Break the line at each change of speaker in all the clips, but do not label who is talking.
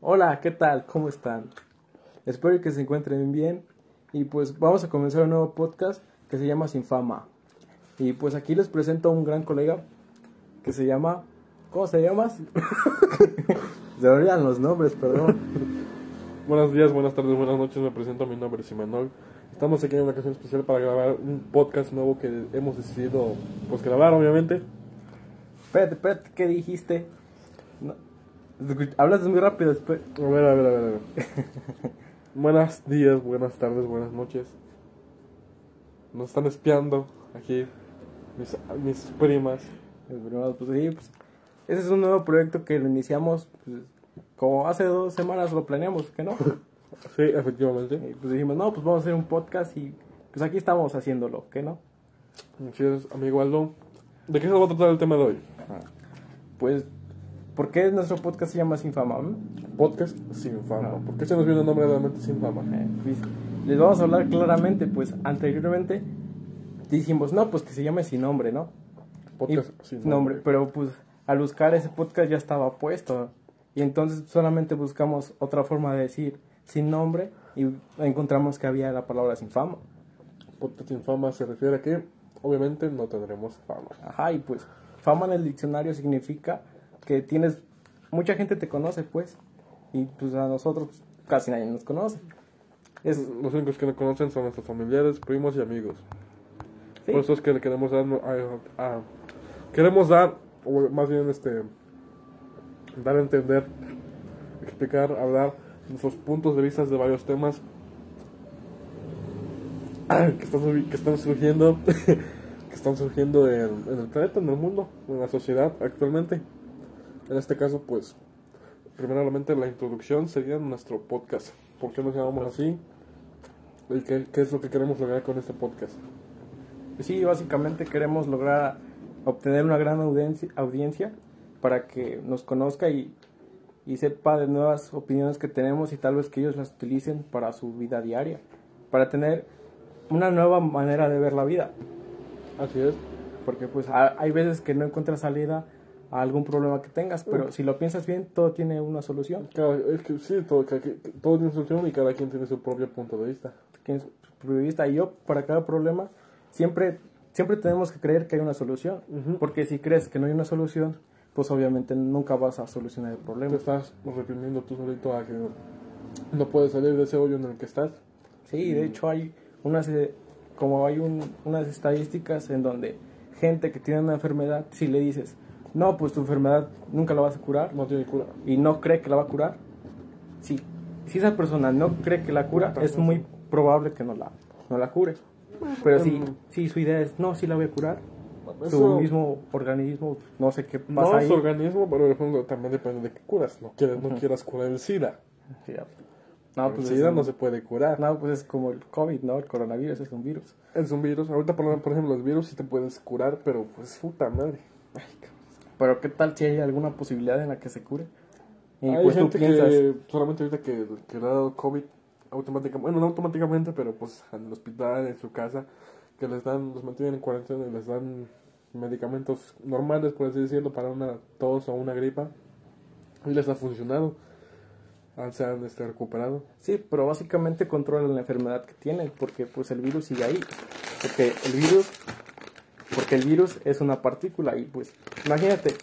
Hola, ¿qué tal? ¿Cómo están? Espero que se encuentren bien. Y pues vamos a comenzar un nuevo podcast que se llama Sin Fama. Y pues aquí les presento a un gran colega que se llama. ¿Cómo se llamas? se me olvidan los nombres, perdón.
Buenos días, buenas tardes, buenas noches. Me presento, mi nombre es Imanol. Estamos aquí en una ocasión especial para grabar un podcast nuevo que hemos decidido pues grabar, obviamente.
Espérate, espérate, ¿qué dijiste? No. Escu- Hablas muy rápido después.
A ver, a ver, a ver. a ver. buenos días, buenas tardes, buenas noches. Nos están espiando aquí mis, mis primas.
El primero, pues, sí, pues, ese es un nuevo proyecto que lo iniciamos pues, como hace dos semanas lo planeamos, ¿qué no?
Sí, efectivamente.
Y pues dijimos, no, pues vamos a hacer un podcast y pues aquí estamos haciéndolo, ¿qué no?
Así es, amigo Aldo. ¿De qué se va a tratar el tema de hoy?
Pues, ¿por qué nuestro podcast se llama Sin Fama? mm?
Podcast sin fama. Ah. ¿Por qué se nos viene el nombre realmente sin fama?
Eh, pues, les vamos a hablar claramente, pues anteriormente dijimos, no, pues que se llame Sin Nombre, ¿no?
Podcast
Y-
sin
nombre. Pero pues al buscar ese podcast ya estaba puesto. Y entonces solamente buscamos otra forma de decir sin nombre y encontramos que había la palabra sin fama.
Podcast sin fama se refiere a que obviamente no tendremos fama.
Ajá, y pues fama en el diccionario significa que tienes, mucha gente te conoce pues, y pues a nosotros pues, casi nadie nos conoce. Es,
Los únicos que no conocen son nuestros familiares, primos y amigos.
sí,
Por eso es que le queremos dar. a- a- queremos dar, o más bien, este. Dar a entender, explicar, hablar nuestros puntos de vista de varios temas que están, surgi- que están surgiendo. que están surgiendo en, en el planeta, en el mundo, en la sociedad actualmente. En este caso, pues. Primeramente, la introducción sería nuestro podcast. ¿Por qué nos llamamos así? ¿Y qué, qué es lo que queremos lograr con este podcast?
sí, básicamente queremos lograr obtener una gran audiencia, audiencia para que nos conozca y, y sepa de nuevas opiniones que tenemos y tal vez que ellos las utilicen para su vida diaria, para tener una nueva manera de ver la vida.
Así es.
Porque pues ha- hay veces que no encuentras salida a algún problema que tengas, pero si lo piensas bien, todo tiene una solución.
Cada- es que sí, todo, cada quien- todo tiene solución y cada quien tiene su propio punto de vista.
Tienes tu punto de vista. Y yo, para cada problema, siempre, siempre tenemos que creer que hay una solución.
Ujú.
Porque si crees que no hay una solución, pues obviamente nunca vas a solucionar el
Te
problema.
estás reprimiendo tú solito a que no puedes salir de ese hoyo en el que estás.
Sí, de hecho hay unas, eh, como hay un- unas estadísticas en donde gente que tiene una enfermedad, si le dices, no, pues tu enfermedad nunca la vas a curar,
No tiene cura.
y no cree que la va a curar, si, si esa persona no cree que la cura, es muy probable que no la, no la cure. Pero si, si su idea es, no, sí la voy a curar, su
Em. Eso-
mismo organismo, no sé qué pasa
no
ahí.
es organismo, pero el fondo también depende de qué curas. No quieres, no quieras curar el SIDA.
Sí, ya. No,
el
pues
SIDA
es,
no se puede curar.
no, pues es como el COVID, ¿no? El coronavirus es un virus.
Es un virus. Ahorita, por, por ejemplo, los virus sí te puedes curar, pero pues puta madre. Ay, cabrón.
Pero ¿qué tal si hay alguna posibilidad en la que se cure? Y
Hay
pues tú
gente
piensas,
que solamente ahorita que, que le ha dado COVID automáticamente, bueno, no automáticamente, pero pues en el hospital, en su casa, que les dan, los mantienen en cuarentena y les dan medicamentos normales, por así decirlo, para una tos o una gripa, y les ha funcionado, Ah, se han este, recuperado.
Sí, pero básicamente controlan la enfermedad que tienen, porque pues el virus sigue ahí. Porque el virus, porque el virus es una partícula y pues imagínate,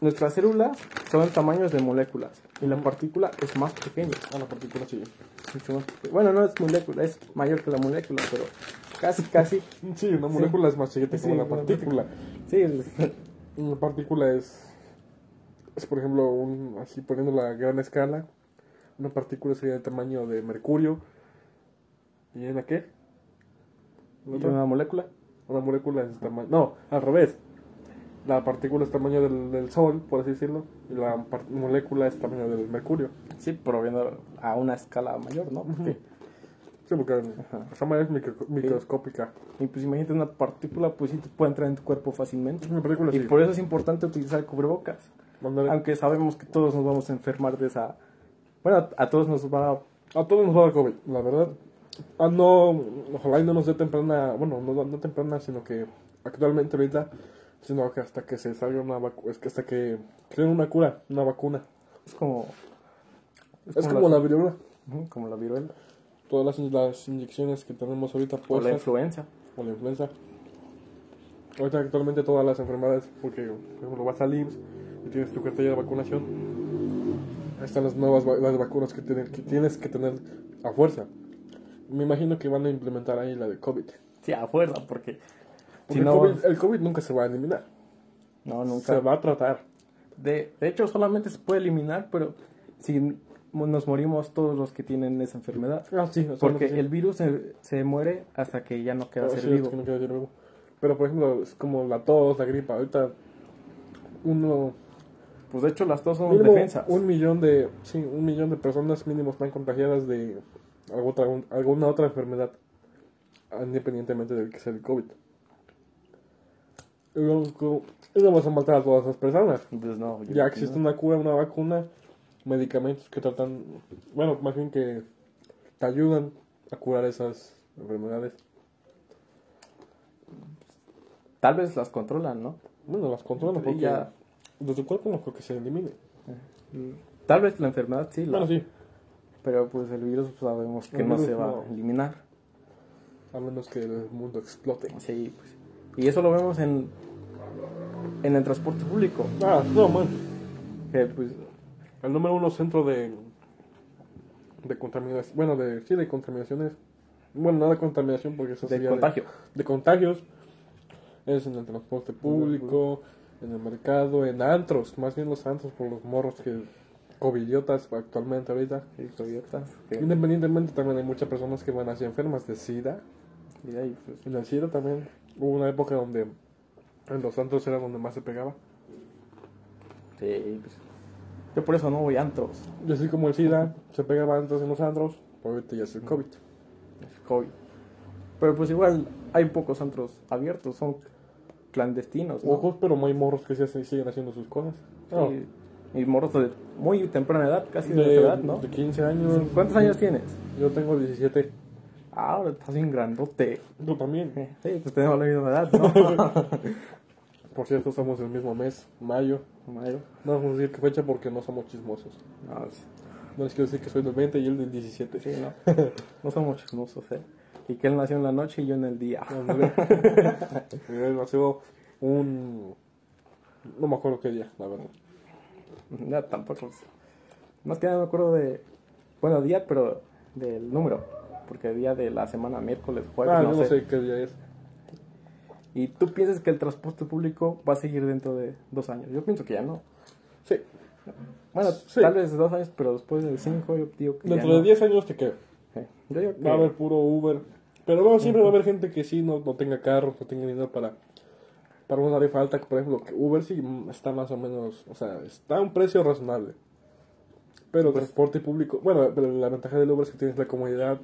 nuestras células son tamaños de moléculas y la partícula es más pequeña.
A Ah, la partícula sí.
mucho más pequeña. Bueno, no es molécula, es mayor que la molécula, pero casi, casi.
Sí, una molécula es más chiquita
Sí,
como la
una
partícula.
Sí, es-
Una partícula es, es por ejemplo, un, así poniendo la gran escala, una partícula sería del tamaño de mercurio. ¿Y en la qué? ¿La otra?
una molécula.
Una molécula es tamaño... No, al revés. La partícula es tamaño del, del sol, por así decirlo, y la par- molécula es tamaño del mercurio.
Sí, pero viendo a una escala mayor, ¿no? Porque-
Sí, porque la forma es micro- microscópica.
y pues imagínate una partícula, pues sí te puede entrar en tu cuerpo fácilmente.
Una partícula
Y
sí.
por eso es importante utilizar cubrebocas.
Ándale.
Aunque sabemos que todos nos vamos a enfermar de esa... Bueno, a todos nos va a...
A todos nos va a dar COVID, la verdad. Ah, no, ojalá y no nos dé temprana, bueno, no, no temprana, sino que actualmente ahorita, sino que hasta que se salga una vacuna, es que hasta que creen una cura, una vacuna.
Es como...
Es como la
fie-
viruela.
Ujú, como la viruela.
Todas las, in- las inyecciones que tenemos ahorita
O la
puestas.
influenza.
o la influenza. Ahorita actualmente todas las enfermedades, porque por ejemplo vas al IMSS y tienes tu cartilla de vacunación, ahí están las nuevas va- las vacunas que, tienen- que tienes que tener a fuerza. Me imagino que van a implementar ahí la de COVID.
Sí, a fuerza, porque.
Porque
Si
el,
no,
COVID el COVID nunca se va a eliminar,
no,
se
nunca.
va a tratar.
De, de hecho, solamente se puede eliminar, pero si mo- nos morimos todos los que tienen esa enfermedad.
Ah, sí, o sea,
Porque
no sé si-
el virus se, se muere hasta que ya no queda
Ah,
ser
sí, es
vivo.
que no quiero decir vivo. Pero por ejemplo, es como la tos, la gripa. Ahorita uno
Pues de hecho, las dos son
Mínimo
defensas.
un millón de sí, un millón de personas mínimo están contagiadas de alguna otra, alguna otra enfermedad independientemente del que sea el COVID y no- y no vas a matar a todas esas personas
Pues no, yo
ya
no
existe
entiendo.
una cura una vacuna medicamentos que tratan bueno más bien que te ayudan a curar esas enfermedades
Tal vez las controlan, ¿no?
bueno las controlan
Y
porque
ya.
de tu cuerpo no creo que se elimine
Tal vez la enfermedad sí, la-
bueno sí
pero pues el virus sabemos que
El
no
virus
se va
no.
a eliminar.
a menos que el mundo explote
Sí, pues. Y eso lo vemos en, en el transporte público.
ah no man
Que pues,
El número uno centro de, de contaminación, bueno, de, sí, de contaminaciones, bueno, no de contaminación porque eso
de
sería
contagio.
de contagios, es en el transporte público, en el mercado, en antros, más bien los antros por los morros que, covidiotas actualmente ahorita.
Sí, covidiotas, que-
Independientemente también hay muchas personas que van así enfermas de SIDA,
y ahí, pues,
en el SIDA también hubo una época donde en los antros era donde más se pegaba,
sí, pues. Yo por eso no voy a antros.
y así como el SIDA se pegaba antes en los antros, ahorita ya es el COVID.
es COVID. Pero pues igual hay pocos antros abiertos, son clandestinos. ¿no?
Ojos, pero hay morros que se hacen- siguen haciendo sus cosas. No,
Sí, Y morros de muy temprana edad, casi de,
de,
nuestra edad, ¿no?
de 15 años.
¿Cuántos años tienes?
Yo tengo 17.
Ah, ahora estás bien grandote.
Tú también.
Sí, pues tenemos la misma edad, ¿no?
Por cierto, somos del mismo mes, mayo.
Homero.
No vamos a decir qué fecha porque no somos chismosos.
No, sí,
No les quiero decir que soy del 20 y él del 17.
sí, no. No somos chismosos, ¿eh? Y que él nació en la noche y yo en el día.
Ándale. Él nació un... No me acuerdo qué día, la verdad.
No, tampoco. Más que nada me acuerdo de. Bueno, día, pero del número. Porque día de la semana, miércoles, jueves,
ah,
no,
yo
sé.
no sé qué día es.
¿Y tú piensas que el transporte público va a seguir dentro de dos años? Yo pienso que ya no.
Sí,
Bueno,
Sí.
tal vez dos años, pero después de cinco, yo digo que
dentro
ya
de
no.
10 años te quedo.
Sí. Yo digo que
Va a haber puro Uber. Pero bueno, siempre va a haber gente que sí no, no tenga carro, no tenga dinero para, para una tarifa alta. Por ejemplo, que Uber sí mm, está más o menos, o sea, está a un precio razonable. Pero
Pues
transporte público, bueno, pero la ventaja del Uber es que tienes la comodidad,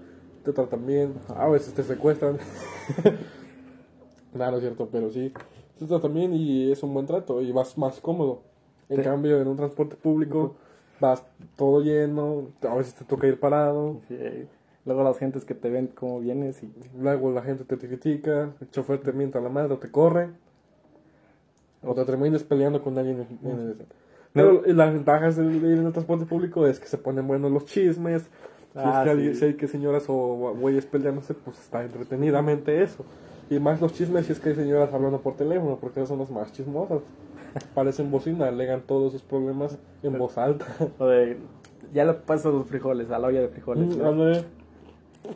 te tratan bien, a veces te secuestran. Nada, no es cierto, pero sí, te tratan bien y es un buen trato y vas más cómodo. En
Sí.
cambio, en un transporte público vas todo lleno, a veces te toca ir parado.
Sí. eh, Luego las gentes que te ven cómo vienes y...
Luego la gente te critica, el chofer te mienta a la madre o te corre. O te terminas peleando con alguien en- en el- Pero las ventajas de ir en el transporte público es que se ponen buenos los chismes. Si,
Ah,
es que alguien-
sí.
si hay que señoras o güeyes peleándose, pues está entretenidamente eso. Y más los chismes si es que hay señoras hablando por teléfono, porque esas son las más chismosas. Parecen bocina, alegan todos sus problemas en voz alta.
lo de, ya le pasas los frijoles, a la olla de frijoles. ¿no?
Mm, Ándale.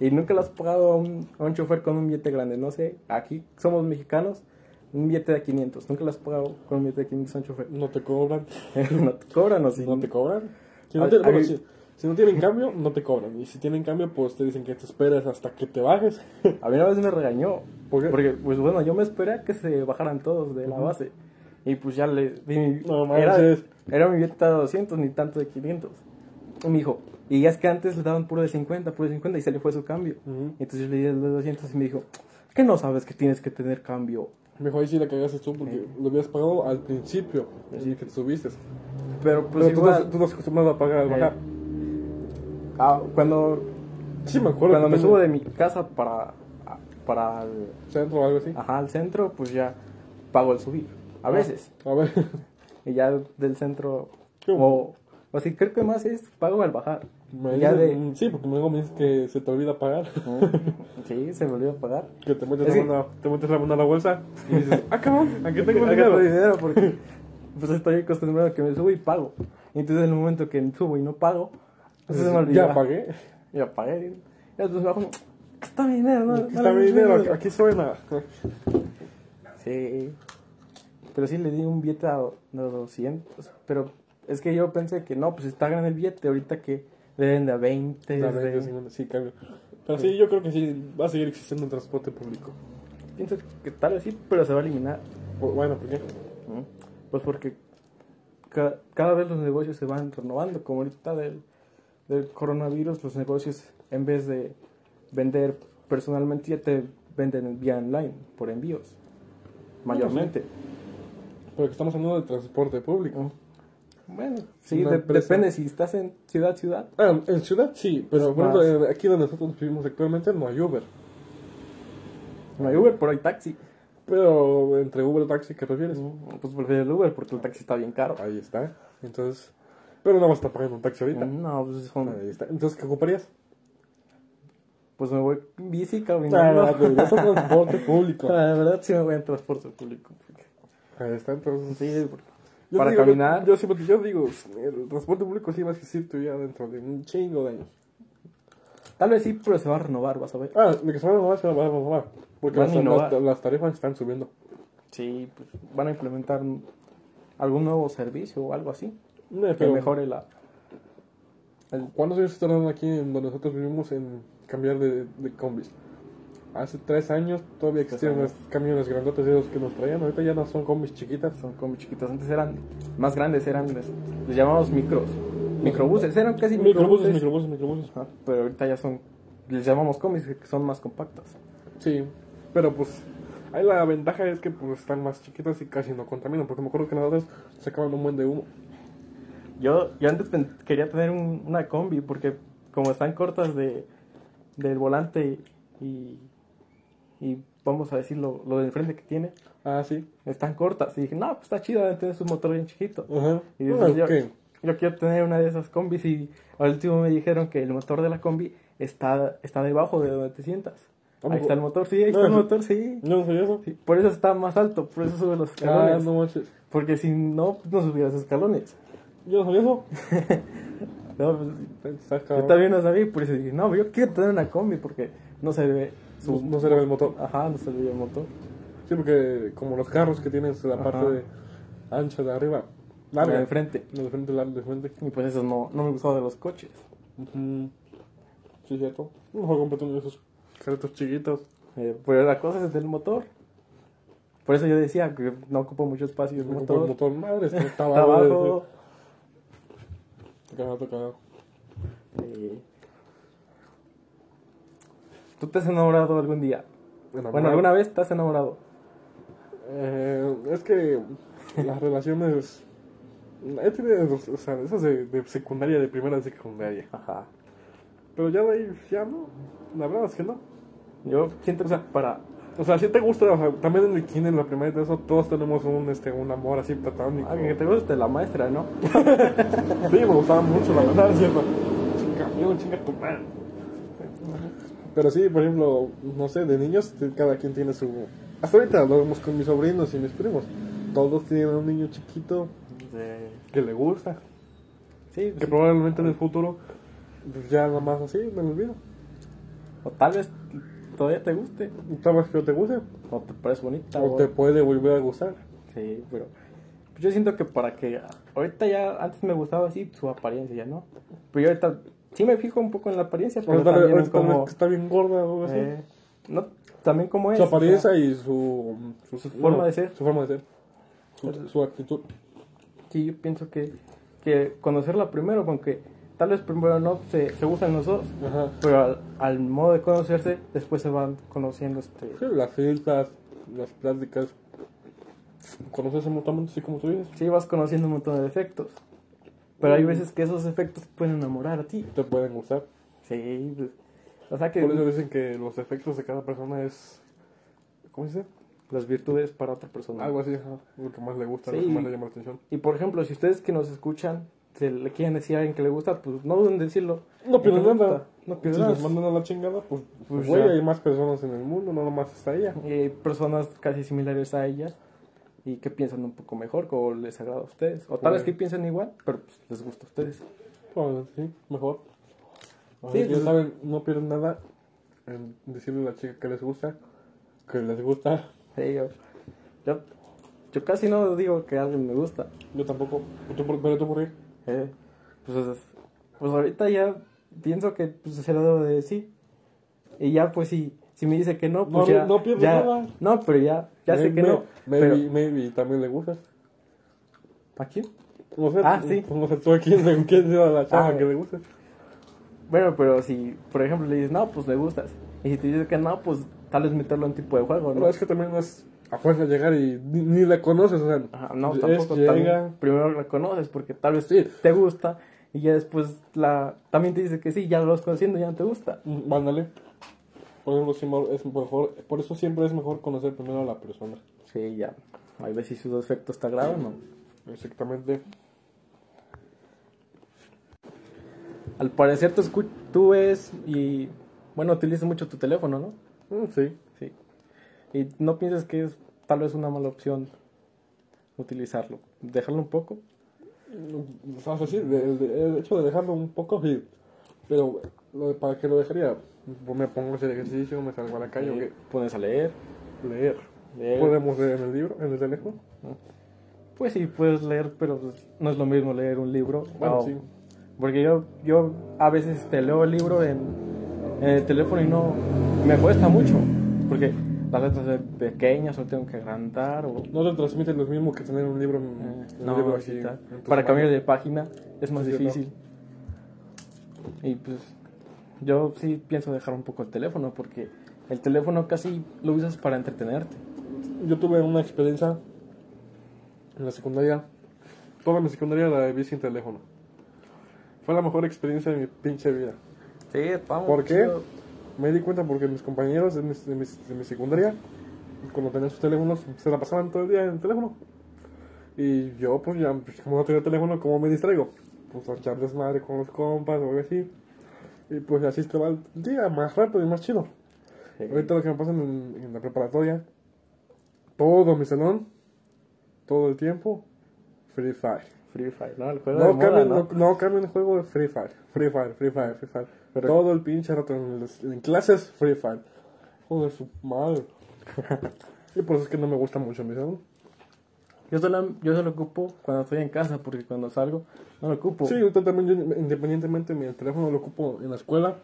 Y nunca le has pagado a un, a un chofer con un billete grande, no sé. Aquí somos mexicanos, un billete de 500. Nunca le has pagado con un billete de 500 a un chofer.
no te cobran.
no te cobran o sí.
no te cobran. Si no,
Ay,
te- bueno,
ay.
si- si no tienen cambio, no te cobran. Y si tienen cambio, pues te dicen que te esperas hasta que te bajes.
A mí una vez me regañó.
¿Por qué?
Porque, pues bueno, yo me esperé a que se bajaran todos de la
Ujú.
base. Y pues ya le di mi.
No
era,
manches.
era mi billete de 200, ni tanto de 500. Y me dijo, y ya es que antes le daban puro de 50, puro de 50, y se le fue su cambio.
Ujú.
Entonces yo le di el de 200 y me dijo, ¿qué no sabes que tienes que tener cambio?
Mejor ahí sí la cagaste tú porque lo habías pagado al principio. Así que te subiste.
Pero pues
Pero tú no-
igual.
tú no has acostumbrado a pagar al
Eh.
bajar.
ah, cuando
Sí, me acuerdo.
cuando
que
me
tengo-
subo de mi casa para, para el-
Centro o algo así.
ajá, al centro, pues ya
Ah.
pago el subir. A veces.
A ver.
Y ya del centro.
¿Qué?
O, O sea, creo que más es pago al bajar.
Me
Ya
dices,
de-
mm, Sí, porque luego me dices que se te olvida pagar.
Sí, se me olvidó pagar.
que te metes,
Es
la
que-
mano, te metes la mano a la bolsa y dices, ah, cabrón, aquí tengo
Acá
dinero.
tengo dinero porque pues estoy acostumbrado a que me subo y pago. Entonces en el momento que subo y no pago, pues se me olvida.
Ya pagué.
Ya pagué. Ya entonces bajo como, "Aquí está mi dinero, ¿no?
Aquí
No
está
le
mi
metes
dinero,
miedo".
aquí suena.
Sí. Pero sí le di un billete a do- de 200. Pero es que yo pensé que no, pues está grande el billete. Ahorita que le den de a 20.
La
de-
verdad, sí, Sí, cambio. Pero sí, yo creo que sí va a seguir existiendo el transporte público.
Pienso que tal vez sí, pero se va a eliminar.
Bu- Bueno, ¿por qué?
Pues porque ca- cada vez los negocios se van renovando. Como ahorita del, del coronavirus, los negocios en vez de vender personalmente, ya te venden vía online, por envíos. Mayormente.
Porque estamos hablando del transporte público.
Bueno, sí,
Una
de-
empresa.
depende si estás en ciudad, ciudad.
Ah, en ciudad sí, pero
Es
por ejemplo,
más.
eh, aquí donde nosotros vivimos actualmente no hay Uber.
No hay Uber, pero hay taxi.
Pero entre Uber y taxi, ¿qué prefieres?
Pues prefiero el Uber porque el taxi está bien caro.
Ahí está. Entonces, pero no vas a estar pagando un taxi ahorita.
No, pues, son-
Ahí está. Entonces, ¿qué ocuparías?
pues me voy en bici
Ah,
caminando.
pero ya es un transporte público.
La verdad sí me voy en transporte público. porque-
Ahí está, entonces.
Sí, porque-
Yo
para
digo-
caminar.
Yo, siempre yo digo, el transporte público sí va a existir todavía dentro de un chingo de años.
Tal vez sí, pero se va a renovar, vas a ver.
Ah, lo que se va a renovar se va a renovar. Porque
Van
las,
a innovar.
las- las tarifas están subiendo.
Sí, pues van a implementar algún nuevo servicio o algo así
No,
que
Eh, pero-
mejore la... el-
¿Cuántos años tardaron aquí en donde nosotros vivimos en cambiar de, de combis? Hace tres años todavía
Tres
existían
años.
los camiones grandotes esos que nos traían. Ahorita ya no son combis chiquitas.
Son como chiquitas, antes eran más grandes, eran, les, les llamábamos micros, microbuses, eran casi microbuses,
Microbuses, microbuses, microbuses.
Ajá, pero ahorita ya son, les llamamos combis, que son más compactas.
Sí, pero pues ahí la ventaja es que pues están más chiquitas y casi no contaminan. Porque me acuerdo que nosotros sacaban un buen de humo.
Yo, yo antes pen- quería tener un- una combi porque como están cortas de, del volante y, y vamos a decir lo, lo del frente que tiene,
Ah, sí.
están cortas. Y dije, no, pues está chida, tiene su motor bien chiquito.
Ajá.
Y dije,
Ah,
yo,
ok.
yo quiero tener una de esas combis y al último me dijeron que el motor de la combi está, está debajo de donde te sientas.
Ah,
Ahí está el motor, sí, ahí
Ah,
está el
sí.
motor, sí.
Yo no sabía eso.
Sí, Por eso está más alto, por eso sube los
Ah,
escalones.
no manches.
Porque si no, pues, no subieras escalones.
Yo no sabía eso.
No, pues,
Está
Yo
cabrón.
también no sabía y por eso dije, no, yo quiero tener una combi porque no se ve su...
No, no se le ve el motor.
Pues, Ajá, no se ve el motor.
Sí, porque como los carros que tienes la
Ajá.
parte de- ancha de arriba,
La
larga.
de enfrente.
No, de frente, larga, de frente.
Y pues eso no, no me gustaba de los coches.
Sí, cierto. Mejor compré uno de esos carritos chiquitos.
Eh, pero la cosa es del motor. Por eso yo decía que no ocupa mucho espacio
Y
el
me compré un
motor.
motor, madre, está está
Está
abajo.
abajo.
Está cagado, está cagado.
Eh, ¿Tú te has enamorado algún día?
Bueno,
Bueno,
madre,
¿alguna vez te has enamorado?
eh, es que las relaciones... He tenido, o sea, esas de, de secundaria, de primera de secundaria.
Ajá.
Pero ya de ahí, ya no. La verdad es que no.
Yo siento que para...
O sea, si te gusta, o sea, también en el kinder, en la primaria y todo eso, todos tenemos un, este, un amor así platónico.
Ah, que te guste la maestra, ¿no?
Sí, me gustaba mucho, la verdad, es cierto. Chinga, amigo, chinga tu madre. Pero sí, por ejemplo, no sé, de niños te- cada quien tiene su... Hasta ahorita lo vemos con mis sobrinos y mis primos. Todos tienen un niño chiquito que le gusta.
Sí,
Que
pues,
probablemente en el futuro pues, ya nada más así, me lo olvido.
o tal vez todavía te guste.
Y Tal vez que no te guste.
O te parece bonita.
O te puede volver a gustar.
Sí, pero pues yo siento que para que ahorita ya antes me gustaba así su apariencia, ya no. Pero yo ahorita sí me fijo un poco en la apariencia, pero
Ahorita-
también en
ahorita
cómo
está bien gorda o algo así.
eh, no, también cómo es.
Su
o sea,
apariencia y su, mm, su,
forma de ser.
Su forma de ser. Su, su actitud.
sí, yo pienso que, que conocerla primero, aunque tal vez primero no se, se gustan los dos,
Ajá.
pero al, al modo de conocerse después se van conociendo este.
Sí, las fiestas, las pláticas. Conocerse mutuamente, así como tú dices.
Sí, vas conociendo un montón de defectos. Pero
Mm.
hay veces que esos defectos pueden enamorar a ti.
Te pueden gustar.
Sí, pues, o sea que
Por eso dicen que los efectos de cada persona es. ¿Cómo se dice?
las virtudes para otra persona.
Algo así, ajá. Lo que más le gusta, lo
Sí.
que más le llama la atención.
Y por ejemplo, si ustedes que nos escuchan se le quieren decir a alguien que le gusta, pues no duden en decirlo.
No pierdes
Y que le
nada.
gusta, No
Si
pierdes
nos
nada.
mandan a la chingada, pues,
Pues
pues güey,
ya.
hay más personas en el mundo, no nomás está ella.
Y hay eh, personas casi similares a ellas y que piensan un poco mejor o les agrada a ustedes. O tal vez que
Claro.
piensan igual, pero pues, les gusta a ustedes.
Pues, sí, mejor. Así
Sí,
que
pues-
ya saben, no pierden nada en decirle a la chica que les gusta, que les gusta.
Sí, yo, yo, yo casi no digo que alguien me gusta.
Yo tampoco. ¿Tú por- pero tú por qué?
Eh, pues, es- pues ahorita ya pienso que pues, se lo debo de decir. Y ya pues si, si me dice que no, pues
No,
ya...
no pierdo
ya-
nada.
No, pero ya, ya sé
May-
que
may-
no.
Maybe,
Pero,
maybe también le gustas.
¿A quién?
No sé,
Ah, sí.
no sé tú a quién, le- quién sea la chava
Ah.
que le gusta.
Bueno, pero si, por ejemplo, le dices, no, pues me gustas. Y si te dices que no, pues tal vez meterlo en tipo de juego, ¿no?
No, es que también no es a fuerza llegar y ni, ni la conoces, o sea.
Ajá, no,
es-
tampoco.
Llega,
también primero la conoces porque tal vez
Sí.
te gusta y ya después la también te dice que sí, ya lo vas conociendo, ya no te gusta.
mm, ándale. Por ejemplo, siempre es mejor, por eso siempre es mejor conocer primero a la persona.
Sí, ya. Ahí ves si su defecto está grave o no.
Exactamente.
Al parecer tú, escu- tú ves y, bueno, utilizas mucho tu teléfono, ¿no?
Mm, sí.
Sí. Y no piensas que es tal vez una mala opción utilizarlo. Dejarlo un poco.
Mm, O sea, sí, de- de- el hecho de dejarlo un poco, sí. Pero, lo de- ¿para qué lo dejaría? Pues me pongo a hacer ejercicio, me salgo a la calle, ¿o
Eh, Pones a leer.
qué? Leer.
leer.
Podemos leer en el libro, en el teléfono.
Pues sí, puedes leer, pero pues, no es lo mismo leer un libro.
Bueno,
o-
sí.
Porque yo, yo a veces te leo el libro en, en el teléfono y no me cuesta mucho. Porque las letras son pequeñas o tengo que agrandar o
No te transmite lo mismo que tener un libro, en-
eh,
un
no,
libro
y
así.
tal.
en tus
Para
manos.
cambiar de página es más
Sí, cierto.
difícil. Y pues yo sí pienso dejar un poco el teléfono porque el teléfono casi lo usas para entretenerte.
Yo tuve una experiencia en la secundaria. Toda mi secundaria la viví sin teléfono. Fue la mejor experiencia de mi pinche vida.
Sí, estamos.
¿Por qué? Me di cuenta porque mis compañeros de, mis- de mis- de mi secundaria, cuando tenían sus teléfonos, se la pasaban todo el día en el teléfono. Y yo, pues ya, pues, como no tenía teléfono, ¿cómo me distraigo? Pues a echar desmadre con los compas o algo así. Y pues así te va el día, más rápido y más chido. Ahorita lo que me pasa en, en la preparatoria, todo mi salón, todo el tiempo, Free Fire.
Free Fire, ¿no? El juego de
No
moda,
cambien,
¿no?
no, no cambien el juego de Free Fire, Free Fire, Free Fire, Free Fire.
Pero-
todo el pinche rato en, las- en clases, Free Fire. Joder, su madre. y por eso es que no me gusta mucho mi salón.
Yo solo, yo solo ocupo cuando estoy en casa, porque cuando salgo no lo ocupo.
Sí, ahorita también yo independientemente mi teléfono lo ocupo en la escuela,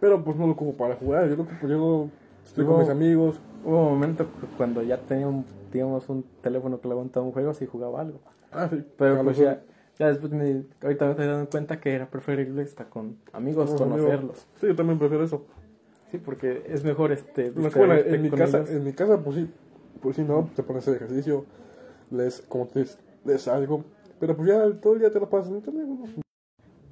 pero pues no lo ocupo para jugar, yo lo ocupo, yo estoy con
No.
mis amigos.
Hubo un momento cu- cuando ya tenía, un, digamos, un teléfono que le aguantaba un juego, así jugaba algo.
Ah, sí,
Pero
a
pues
los-
ya, ya después me, ahorita me estoy dando cuenta que era preferible estar con amigos,
los amigos.
conocerlos.
Sí, yo también prefiero eso.
Sí, porque es mejor este.
En la escuela,
distraerte
en mi
con
casa,
ellos.
en mi casa, pues sí, pues sí, no, te pones a hacer ejercicio, lees, como te dices, lees algo, pero pues ya todo el día te lo pasas en el teléfono.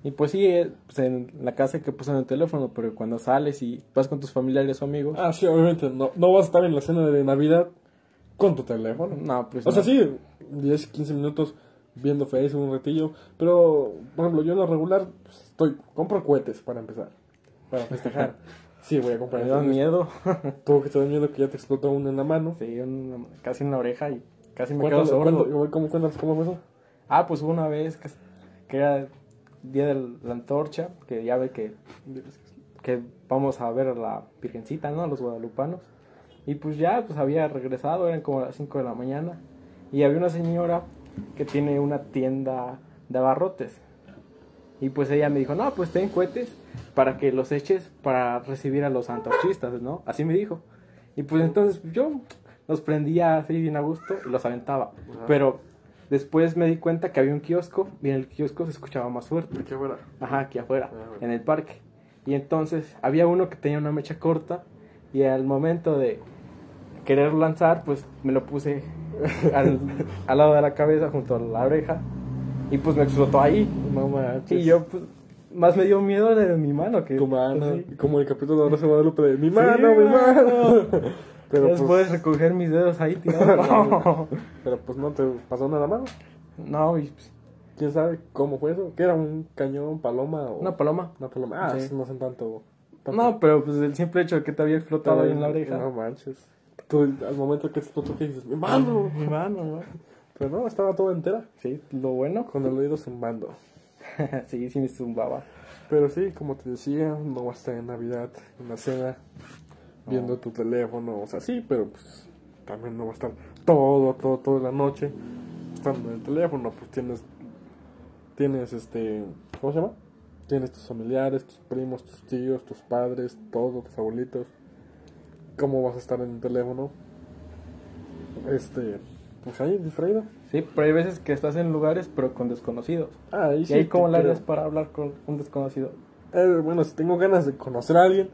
Y pues sí, eh, pues, en la casa que puso en el teléfono, pero cuando sales y vas con tus familiares o amigos.
Ah, sí, obviamente, no, no vas a estar en la cena de Navidad con tu teléfono.
No, pues.
O sea,
no.
sí, 10, 15 minutos viendo Facebook un ratillo, pero, por ejemplo, yo en lo regular pues, estoy, compro cohetes para empezar, para festejar. Sí, voy a comprar.
Me da miedo.
Tuvo que te da miedo que ya te explota uno en la mano.
sí, un- casi en la oreja y casi me quedo
Cuéntalo,
sordo.
cuéntalo, ¿Cómo, cuéntanos cómo fue eso?
Ah, pues hubo una vez que, que era día de la antorcha, que ya ve que, que vamos a ver a la Virgencita, ¿no? A los guadalupanos. Y pues ya, pues había regresado, eran como las 5 de la mañana. Y había una señora que tiene una tienda de abarrotes. Y pues ella me dijo, no, pues ten cohetes para que los eches para recibir a los antorchistas, ¿no? Así me dijo. Y pues entonces yo los prendía así bien a gusto y los aventaba. Pero después me di cuenta que había un kiosco y en el kiosco se escuchaba más fuerte.
¿Qué fuera?
Ajá, aquí afuera,
Ah, bueno.
en el parque. Y entonces había uno que tenía una mecha corta y al momento de querer lanzar, pues me lo puse al, al lado de la cabeza junto a la oreja y pues me explotó ahí.
No manches.
Y yo, pues, más me dio miedo la de mi mano que... pues,
Tu mano,
Sí.
como el capítulo de Rosa de Guadalupe de mi mano, mi mano.
mano.
Pero
Después
pues,
recoger mis dedos ahí tirados.
pero pues no te pasó nada malo.
no, y, pues,
¿Quién sabe cómo fue eso? ¿Qué era un cañón, paloma o
Una paloma.
una paloma? Ah,
Sí.
eso no son tanto. tanto-
No, pero pues el simple hecho de que te había explotado ahí en la oreja.
No manches. Tú, al momento que explotó, que dices, mi mano.
Mi mano, ¿no?
Pero no, estaba toda entera,
Sí, lo bueno.
con el oído zumbando.
sí, sí me zumbaba.
Pero sí, como te decía, no va a estar en Navidad, en la cena, viendo tu teléfono, o sea, sí, pero pues también no va a estar todo, todo, toda la noche estando en el teléfono, pues tienes, tienes este, ¿cómo se llama? Tienes tus familiares, tus primos, tus tíos, tus padres, todos, tus abuelitos. ¿Cómo vas a estar en el teléfono? Este, pues ahí, distraído.
Sí, pero hay veces que estás en lugares, pero con desconocidos.
Ah,
Y
sí
ahí, ¿cómo
te
la
creo.
harías para hablar con un desconocido?
Eh, bueno, si tengo ganas de conocer a alguien,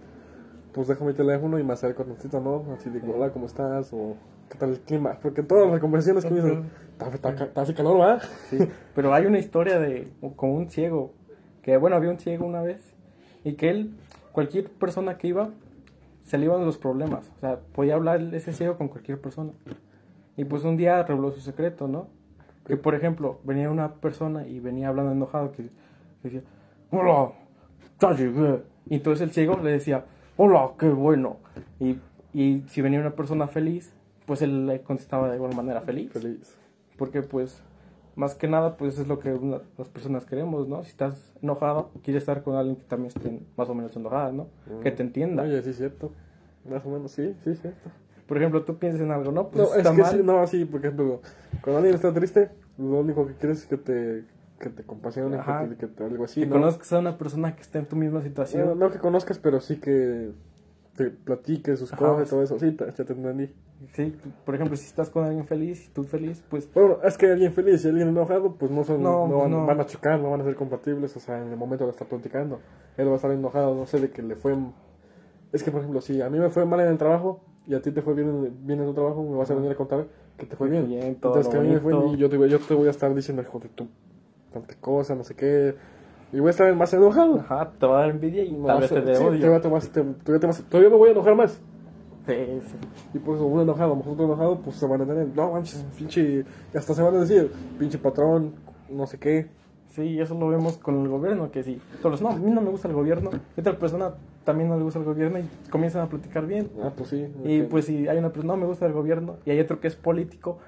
pues dejo mi teléfono y me acerco tantito, ¿no? Así digo, hola, ¿cómo estás? O, ¿qué tal el clima? Porque todas las conversaciones que me dicen, "Ta- ta- ta- ta- hace calor, ¿va?
Sí, pero hay una historia de con un ciego, que bueno, había un ciego una vez y que él, cualquier persona que iba, se le iban los problemas. O sea, podía hablar ese ciego con cualquier persona. Y pues un día reveló su secreto, ¿no? Que por ejemplo, venía una persona y venía hablando enojado que decía, hola, ya llegué". Y entonces el ciego le decía, hola, qué bueno. Y, y si venía una persona feliz, pues él le contestaba de igual manera feliz.
Feliz.
Porque pues, más que nada, pues es lo que una- las personas queremos, ¿no? Si estás enojado, quieres estar con alguien que también esté más o menos enojada, ¿no? Que te entienda.
Oye, sí, es cierto. Más o menos, sí, sí, es cierto.
Por ejemplo, tú piensas en algo, ¿no? Pues
no, es
está
que
mal.
sí, no, sí, por ejemplo, cuando alguien está triste, lo único que quieres es que te, que te compasione,
Ajá.
que te, que te- algo así,
que
¿no?
conozcas a una persona que está en tu misma situación.
Bueno, no que conozcas, pero sí que te platiques sus
Ajá.
cosas y todo eso. Sí, te, ya te entendí.
Sí, por ejemplo, si estás con alguien feliz y tú feliz, pues
Bueno, es que alguien feliz y alguien enojado, pues no son,
No,
no, van,
no.
van a chocar, no van a ser compatibles, o sea, en el momento de estar platicando. Él va a estar enojado, no sé, de que le fue... Es que, por ejemplo, si a mí me fue mal en el trabajo y a ti te fue bien, en- bien en tu trabajo, me vas a venir a contar que te fue bien.
Bien, todo
Entonces, que a mí me fue
bonito.
y yo te, voy- yo te voy a estar diciendo, hijo de tu... Tanta cosa, no sé qué. Y voy a estar más enojado.
ajá, te va a dar envidia y
Me
tal
vas
vez
a-
te dé
sí, te va a
odio.
tomar- te- todavía te vas- Todavía me voy a enojar más.
Sí, sí.
Y por eso uno enojado, a lo mejor otro enojado, pues se van a tener, no manches, pinche, y hasta se van a decir, pinche patrón, no sé qué.
Sí, y eso lo vemos con el gobierno, que sí. Todos, no, a mí no me gusta el gobierno. Y otra persona también no le gusta el gobierno y comienzan a platicar bien.
Ah, pues sí.
Y
ok.
pues si hay una persona, no me gusta el gobierno, y hay otro que es político,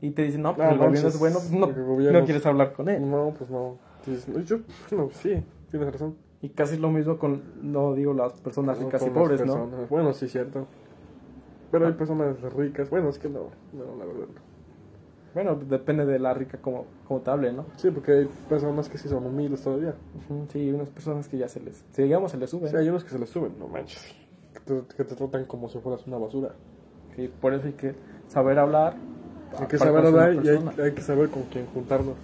y te dice, no, pues
Ah,
el gobierno
manches,
es bueno, no,
el gobierno
no quieres hablar con él.
No, pues no. Dices, no, yo, no, sí, tienes razón.
Y casi lo mismo con, no digo las personas ricas y
Con las
pobres, ¿no? Ah.
personas. Bueno, sí, cierto. Pero hay personas ricas, bueno, es que no, no, la verdad. no.
Bueno, depende de la rica como, como te hable, ¿no?
Sí, porque hay personas que sí son humildes todavía.
Ujú, Sí, unas personas que ya se les, si digamos, se les
O
suben.
sea, hay unos que se les suben, no manches. Que te, que te tratan como si fueras una basura.
Sí, por eso hay que saber hablar.
Hay que
para
saber
conocer a
hablar
una
y hay,
persona.
hay que saber con quién juntarnos.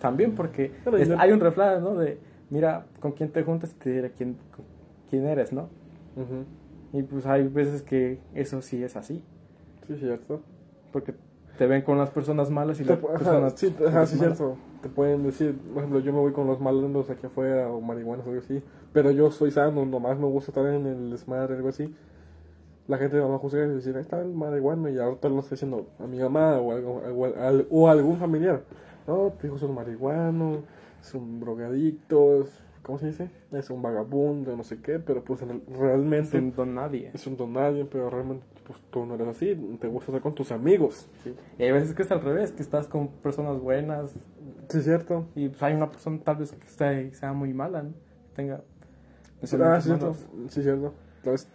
También porque
Pero
es-
yo-
hay un refrán, ¿no? De, mira, con quién te juntas y te diré quién, quién eres, ¿no?
Ujú.
Y pues hay veces que eso sí es así.
Sí, cierto.
Porque te ven con las personas malas y
Te
las
pu- ajá,
personas.
sí, te- ajá, sí, cierto. Te pueden decir, por ejemplo, yo me voy con los malandros aquí afuera o marihuanas o algo así, pero yo soy sano, nomás me gusta estar en el desmadre o algo así. La gente me va a juzgar y decir, ahí está el marihuano, y ahorita lo está diciendo a mi mamá o, algo, o, al- o a algún familiar. No, tu hijo es un marihuano, es un drogadicto, es- ¿cómo se dice? Es un vagabundo, no sé qué, pero pues en el- realmente
sin don nadie.
es un don nadie, pero realmente pues, tú no eres así, te gusta estar con tus amigos. Sí,
Y hay veces que es al revés, que estás con personas buenas
sí cierto.
y pues hay una persona tal vez que sea, sea muy mala, ¿no? Que tenga.
Ah,
pensamientos
sí, cierto.
malos.
Sí, cierto. Tal vez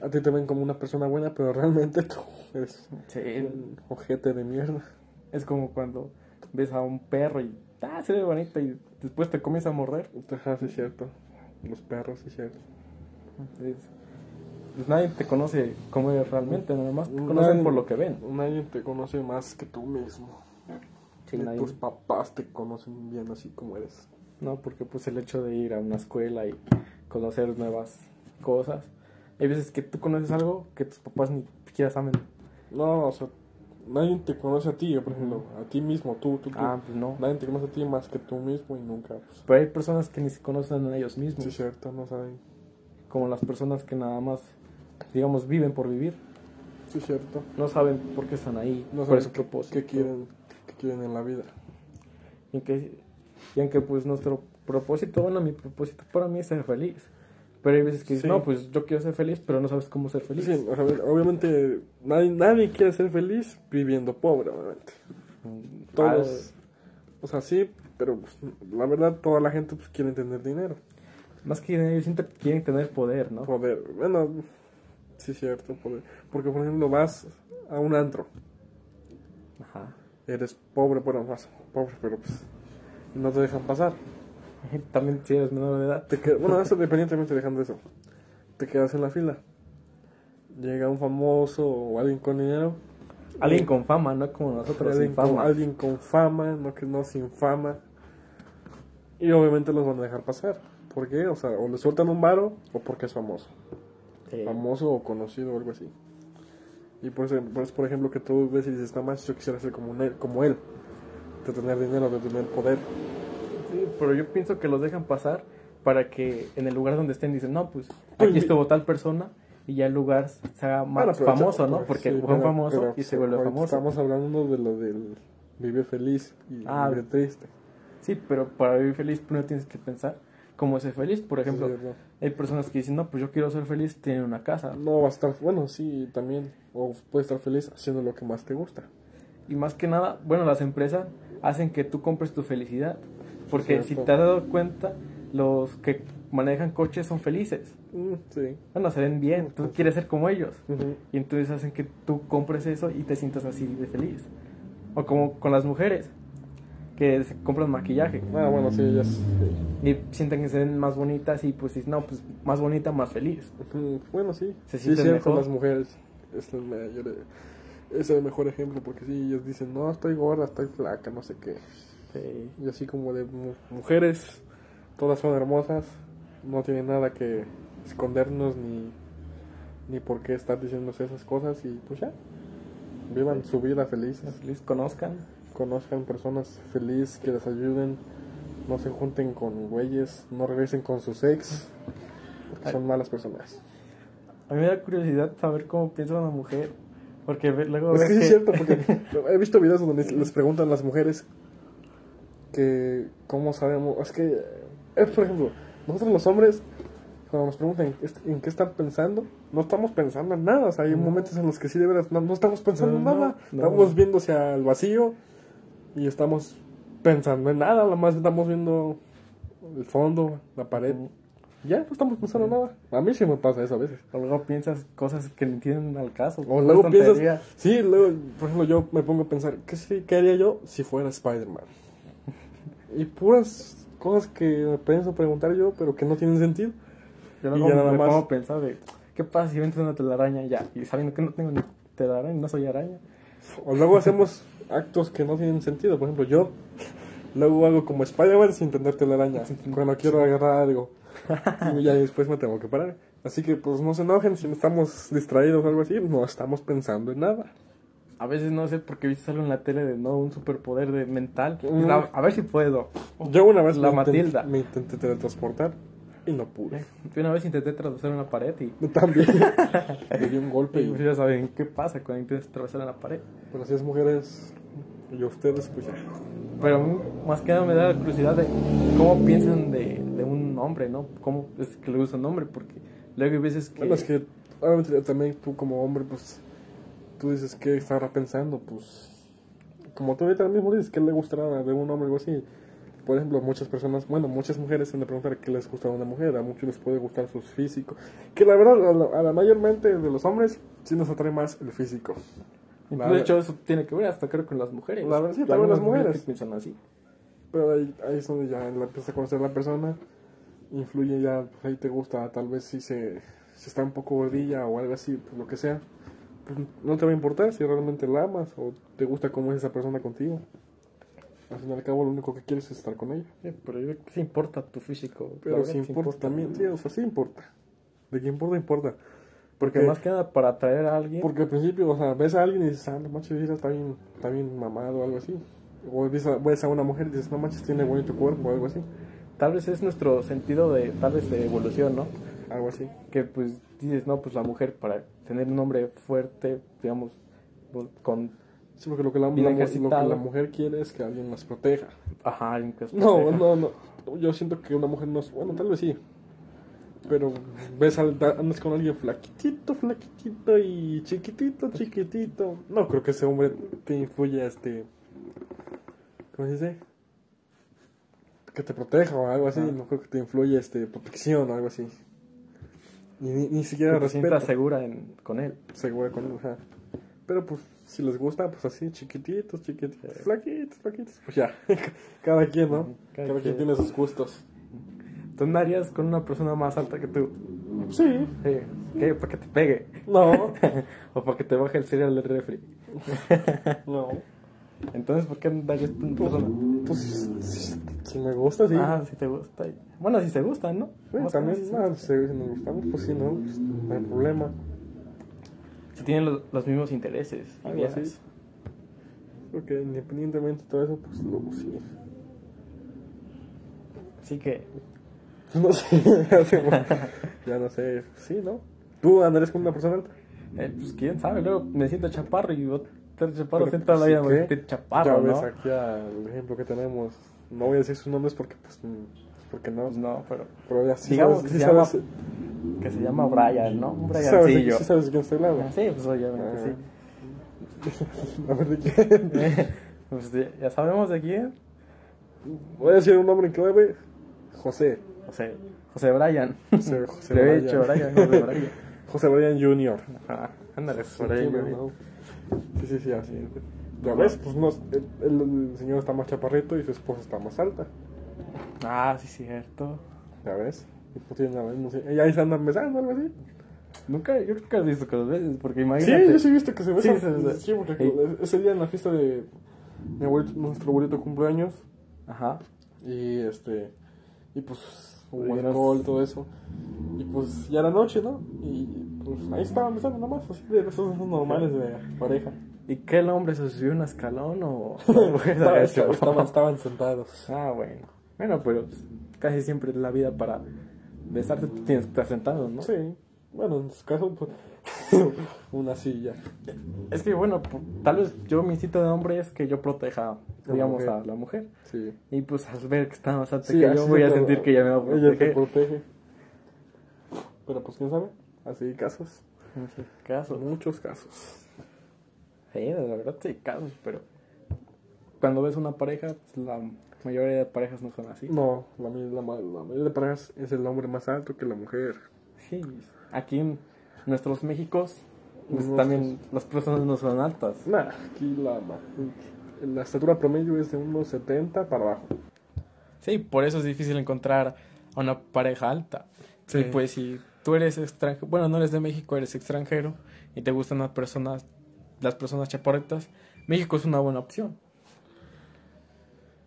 a ti te ven como una persona buena, pero realmente tú eres
Sí,
un ojete de mierda.
es como cuando ves a un perro y ah, se ve bonito y después te comienza a morder.
Ajá, sí, cierto. Los perros, sí, cierto.
Es- pues nadie te conoce como eres realmente, nada más te conocen
Nadie-
por lo que ven.
Nadie te conoce más que tú mismo.
Sí,
Ni
nadie-
tus papás te conocen bien así como eres.
No, porque pues el hecho de ir a una escuela y conocer nuevas cosas. Hay veces que tú conoces algo que tus papás ni siquiera saben.
No, o sea, nadie te conoce a ti, por ejemplo, a ti mismo, tú, tú, tú.
Ah, pues no.
Nadie te conoce a ti más que tú mismo y nunca. pues,
Pero hay personas que ni se conocen a ellos mismos.
sí, cierto, no saben.
Como las personas que nada más, digamos, viven por vivir.
Sí, cierto.
No saben por qué están ahí,
No
cuál
saben
es su propósito.
qué quieren, qué quieren en la vida.
Y aunque, y aunque pues nuestro propósito, bueno, mi propósito para mí es ser feliz. Pero hay veces que dices,
Sí.
no, pues yo quiero ser feliz, pero no sabes cómo ser feliz.
Sí, a ver, obviamente nadie, nadie quiere ser feliz viviendo pobre, obviamente.
Mm,
Todos, o sea, sí, pero pues, la verdad toda la gente pues quiere tener dinero.
al- más que dinero, yo siento que quieren tener poder, ¿no?
Poder, bueno, sí es cierto, poder. Porque por ejemplo vas a un antro,
Ajá.
eres pobre, bueno, vas pobre, pero pues no te dejan pasar.
También si eres menor de edad.
Te qued- bueno, eso independientemente dejando eso. Te quedas en la fila. Llega un famoso o alguien con dinero.
Alguien con fama, no como nosotros,
alguien
sin
con,
fama.
alguien con fama, no que no sin fama. Y obviamente los van a dejar pasar. ¿Por qué? O sea, o le sueltan un varo o porque es famoso.
Sí.
Famoso o conocido o algo así. Y por eso, por, eso, por ejemplo, que tú ves y dices, nada más yo quisiera ser como él, como él. De tener dinero, de tener poder.
Sí, pero yo pienso que los dejan pasar para que en el lugar donde estén dicen, no, pues
Pues
aquí
mi-
estuvo tal persona y ya el lugar se haga más
Bueno, pero-
famoso, ¿no?
pero-
Porque fue
sí,
un
pero-
famoso
pero
y se vuelve
ahorita
famoso.
Estamos hablando de lo del vivir feliz y
Ah.
vivir triste.
Sí, pero para vivir feliz primero tienes que pensar cómo ser feliz. Por ejemplo,
Sí, ¿verdad?
hay personas que dicen, no, pues yo quiero ser feliz, tienen una casa.
no va a estar, bueno, sí, también. O puedes estar feliz haciendo lo que más te gusta.
Y más que nada, bueno, las empresas hacen que tú compres tu felicidad. Porque si
Cierto.
te has dado cuenta, los que manejan coches son felices.
Mm, sí.
Bueno, se ven bien, tú quieres ser como ellos.
Ujú.
Y entonces hacen que tú compres eso y te sientas así de feliz. O como con las mujeres, que se compran maquillaje
Ah, bueno, sí, ya sí.
y sienten que se ven más bonitas y pues dicen, no, pues más bonita, más feliz.
Ujú. Bueno, sí.
Se
sí,
sienten
cierto,
mejor.
las mujeres. Es el mayor, eh, es el mejor ejemplo porque sí, ellas dicen, no, estoy gorda, estoy flaca, no sé qué. Y así como de mu- mujeres, todas son hermosas, no tienen nada que escondernos ni, ni por qué estar diciéndose esas cosas y pues ya, vivan su vida
Sean
felices,
feliz, conozcan.
conozcan personas felices que les ayuden, no se junten con güeyes, no regresen con sus ex, porque son malas personas.
A mí me da curiosidad saber cómo piensa una mujer. Porque ve- luego
Es
ves
que Pues sí es
que-
cierto, porque he visto videos donde les- les preguntan a las mujeres que cómo sabemos, es que, es por ejemplo, nosotros los hombres, cuando nos preguntan "¿Est- en qué están pensando, no estamos pensando en nada, o sea, hay
No.
momentos en los que sí de veras no, no estamos pensando en
No,
nada,
no.
estamos viendo hacia el vacío y estamos pensando en nada, nada más estamos viendo el fondo, la pared, ya no estamos pensando en nada, a mí sí me pasa eso a veces.
o luego piensas cosas que no tienen al caso.
O
puras
luego piensas,
tonterías.
sí, luego, por ejemplo, yo me pongo a pensar, ¿qué, se- qué haría yo si fuera Spider-Man? Y puras cosas que me pienso preguntar yo, pero que no tienen sentido.
Yo
y
luego
ya
me,
nada más.
pongo a pensar de, ¿qué pasa si yo entro en una telaraña ya? Y sabiendo que no tengo ni telaraña, no soy araña.
O luego hacemos actos que no tienen sentido. Por ejemplo, yo luego hago como Spider-Man sin tener telaraña, cuando quiero agarrar algo. Y ya después me tengo que parar. Así que, pues, no se enojen si no estamos distraídos o algo así, no estamos pensando en nada.
A veces no sé porque viste algo en la tele de no un superpoder de mental. Y
Mm.
la- a ver si puedo.
Yo una vez
La
me intent-
Matilda.
me intenté teletransportar y no pude.
Yo una vez intenté atravesar una pared y,
Yo También. Le di un golpe.
y
Y,
ya saben qué pasa cuando intentas atravesar una pared.
pero así es, mujeres. Y ustedes, pues ya.
Pero a mí, más que nada me da la curiosidad de cómo piensan de, de un hombre, ¿no? ¿Cómo es que le gusta un hombre? Porque luego hay veces que...
Bueno, es que obviamente, también tú como hombre, pues. Tú dices que estará pensando, pues. Como tú ahorita mismo dices, ¿qué le gustará de un hombre o algo así? Por ejemplo, muchas personas, bueno, muchas mujeres se me preguntan qué les gusta a una mujer. A muchos les puede gustar sus físicos. Que la verdad, a la, a la mayormente de los hombres, sí nos atrae más el físico.
Y pues,
la-
de hecho, eso tiene que ver hasta creo con las mujeres.
La verdad, sí,
Hay
también las
algunas
mujeres.
que piensan así.
Pero ahí, ahí es donde ya la empiezas a conocer la persona, influye ya, pues ahí te gusta, tal vez si se si está un poco gordilla o algo así, pues lo que sea, pues no te va a importar si realmente la amas o te gusta cómo es esa persona contigo. Al fin y al cabo lo único que quieres es estar con ella.
Sí, pero yo creo que sí importa tu físico. la
Pero
verdad,
si
sí
importa, también, sí, o sea, sí importa. De que importa, importa.
Porque más que nada para atraer a alguien...
Porque al principio, o sea, ves a alguien y dices, ah, no manches, mira, está bien, está bien mamado o algo así. O ves a, ves a una mujer y dices, no manches, tiene bonito cuerpo o algo así.
Tal vez es nuestro sentido de, tal vez de evolución, ¿no?
Algo así.
que pues dices, no, pues la mujer para tener un hombre fuerte, digamos, con
Sí, porque lo que la,
Bien
la mu- lo que
ejercitado.
la mujer quiere es que alguien las proteja.
Ajá, alguien que los
No,
proteja.
no, no. Yo siento que una mujer no es. Bueno, tal vez sí. Pero ves al, da- andas con alguien flaquitito, flaquitito y chiquitito, chiquitito. No creo que ese hombre te influya, este. ¿Cómo se dice? Que te proteja o algo así.
Ah.
No creo que te influya, este, protección o algo así. Ni, ni, ni siquiera
Que te sientas
respeto.
segura en- con él.
Segura con él, ajá. Pero pues, si les gusta, pues así, chiquititos, chiquititos,
Sí.
flaquitos, flaquitos. Pues ya, cada quien, ¿no?
Ujú, cada
Cada, quien
quien.
tiene sus gustos.
¿Tú andarías con una persona más alta que tú?
Sí.
Sí. ¿Qué? ¿Para que te pegue?
No,
¿O para que te baje el cereal del refri?
no.
Entonces, ¿por qué andarías con una
Pues,
persona?
pues, si- si me gusta, sí.
Ah, si te gusta. Bueno, si se gustan, ¿no?
Sí,
Más o
también,
menos,
ah, si si nos gustamos, pues sí, no, pues, no hay problema.
Si tienen los, los mismos intereses.
Algo
ideas.
así. Porque independientemente de todo eso, pues luego sí.
Así que,
No sé, ya, se fue. Ya no sé, sí, ¿no? ¿Tú andarías con una persona alta?
eh, pues quién sabe, luego me siento chaparro y otro chaparro
Pero,
sienta la
pues,
vida
¿sí
me
qué?
siento
ya
chaparro,
ves
¿no? Pues
aquí al ejemplo que tenemos. No voy a decir sus nombres porque, pues, mm, porque no.
Pues no, pero
Pero ya sí
Digamos
sabes,
que
sí
se llama-
sabes,
que se llama Brian, ¿no? Un
sí sabes, de-
Briancillo.
sí sabes de quién estoy hablando.
Ah, Sí, pues obviamente sí.
A ver, ¿de quién?
pues sí, ya sabemos de quién.
Voy a decir un nombre en clave. José.
José, José Brian.
José, José
De hecho, Brian, José Brian.
José Brian Jr.
Ajá, ándale,
Sí,
por ahí,
tiene,
güey.
¿no? Sí, sí, sí, así. Ya ves, pues no, el, el señor está más chaparrito y su esposa está más alta.
Ah, sí, cierto.
Ya ves. Y pues tienen la misma- Y ahí se andan besando, algo así.
Nunca, yo nunca he visto con los veces, porque
Sí,
imagínate.
yo sí he visto que se
Sí,
besan.
se besan.
Sí, porque
Sí.
ese día en la fiesta de mi abuelito, nuestro abuelito cumpleaños,
Ajá.
Y este. Y pues hubo
Oye, no-
alcohol, todo eso. Y pues ya era noche, ¿no? Y pues ahí estaban besando nomás, así de esos besos normales de pareja.
¿Y qué el hombre se subió un escalón o la mujer se
Estaba-
agachó?
estaban, estaban sentados.
Ah, bueno. Bueno, pero pues, casi siempre en la vida para besarte tú tienes que estar sentado, ¿no?
Sí. Bueno, en su caso, pues. una silla.
Es que, bueno, pu- tal vez yo mi instinto de hombre es que yo proteja,
La
digamos,
mujer.
a la mujer.
Sí.
Y pues al ver que está más alta
Sí,
que
así
yo, voy a
te-
sentir que ya me va a
Ella te
proteger.
protege. Pero pues quién sabe. Así hay casos.
No sé, casos.
Muchos casos.
Sí, la verdad sí, casos, pero cuando ves una pareja, pues, la mayoría de parejas no son así.
No, la, mi- la, ma- la mayoría de parejas es el hombre más alto que la mujer.
Sí, aquí en nuestros Méxicos, pues,
Nuestros.
también las personas no son altas.
Nah, aquí la, ma- la estatura promedio es de unos 70 para abajo.
Sí, por eso es difícil encontrar a una pareja alta.
Sí.
Y pues si tú eres extranjero, bueno, no eres de México, eres extranjero y te gustan las personas, las personas chaparritas, México es una buena opción.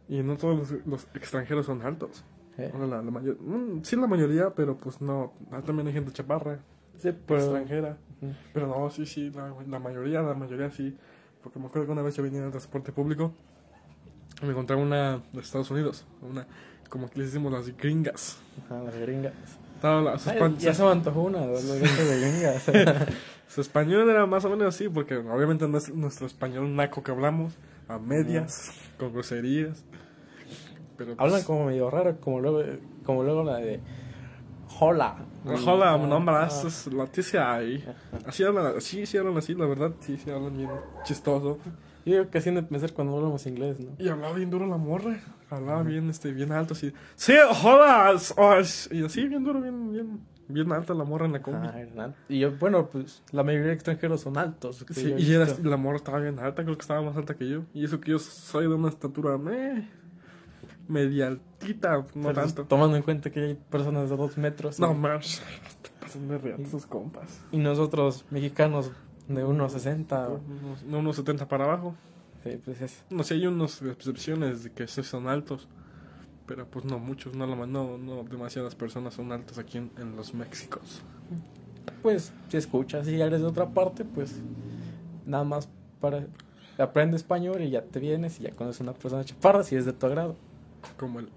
Y no todos los, los extranjeros son altos.
¿eh?
Bueno, la, la mayor- mm, sí, la mayoría, pero pues no. Ah, También hay gente chaparra,
Sí, pero...
extranjera.
Ujú.
Pero no, sí, sí, la, la mayoría, la mayoría sí. Porque me acuerdo que una vez yo venía en el transporte público y me encontré una de Estados Unidos. Una, como que les decimos las gringas.
Ajá, las gringas.
Estaban las- sus
Ay,
pan-
ya se me antojó una, las gringas de gringas.
Su español era más o menos así, porque obviamente no es nuestro español naco que hablamos, a medias, con groserías. Pero pues,
Hablan como medio raro, como luego, como luego la de... Hola.
Hola,
Ah,
mi nombre
ah.
es Leticia. ahí. Así hablan, así, sí hablan así, la verdad, sí, sí hablan bien chistoso.
Yo creo que así han de pensar cuando hablamos inglés, ¿no?
Y hablaba bien duro la morra, hablaba bien, este, bien alto, así. Sí, hola, es- oh, es-" y así, bien duro, bien, bien, bien alta la morra en la combi.
Ah, Hernán. Y yo, bueno, pues la mayoría de extranjeros son altos. que
Sí,
yo he
y era-
visto.
la morra estaba bien alta, creo que estaba más alta que yo. Y eso que yo soy de una estatura meh, media altita, no
Pero pues,
tanto.
Tomando en cuenta que hay personas de dos metros.
No
y,
más. Te pasan de real sus compas.
y nosotros, mexicanos, de 1,60.
Unos- No unos 70 para abajo.
Sí, pues es.
No sé, hay unas excepciones de que sí son altos. Pero pues no muchos, no, la ma- no, no demasiadas personas son altas aquí en, en los Méxicos.
Pues si escuchas y eres de otra parte, pues nada más para. Aprende español y ya te vienes y ya conoces a una persona chaparra si es de tu agrado.
Como el...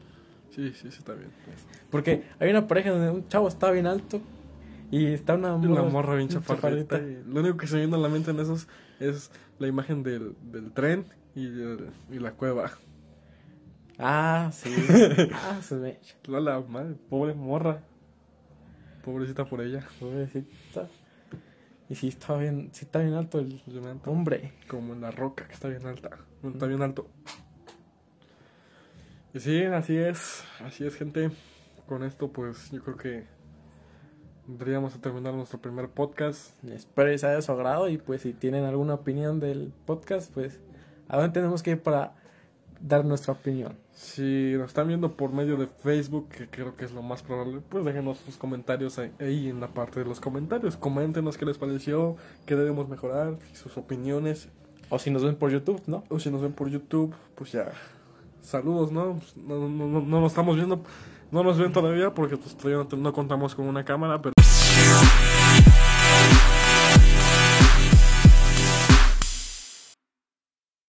Sí, sí, sí, está bien.
Porque hay una pareja donde un chavo está bien alto Y está una
Y Una morra bien
chaparrita.
chaparrita. y Lo único que se me viene a la mente en esos es la imagen del, del tren y, el- y la cueva.
Ah, sí. ah, su mecha.
A la madre, pobre morra. Pobrecita por ella.
Pobrecita. Y sí está bien, sí está bien alto el
Yo me anto-
hombre.
Como en la roca, que está bien alta. No, está bien alto. Y sí, así es. Así es, gente. Con esto, pues, yo creo que vendríamos a terminar nuestro primer podcast.
Espero les haya su agrado y pues si tienen alguna opinión del podcast, pues a dónde tenemos que ir para dar nuestra opinión.
Si nos están viendo por medio de Facebook, que creo que es lo más probable, pues déjenos sus comentarios ahí- ahí en la parte de los comentarios. Coméntenos qué les pareció, qué debemos mejorar, sus opiniones.
O si nos ven por YouTube, ¿no?
O si nos ven por YouTube, pues ya. Saludos, ¿no? Pues, No, no, no, no nos estamos viendo, no nos ven todavía porque pues, todavía no, te- no contamos con una cámara, pero...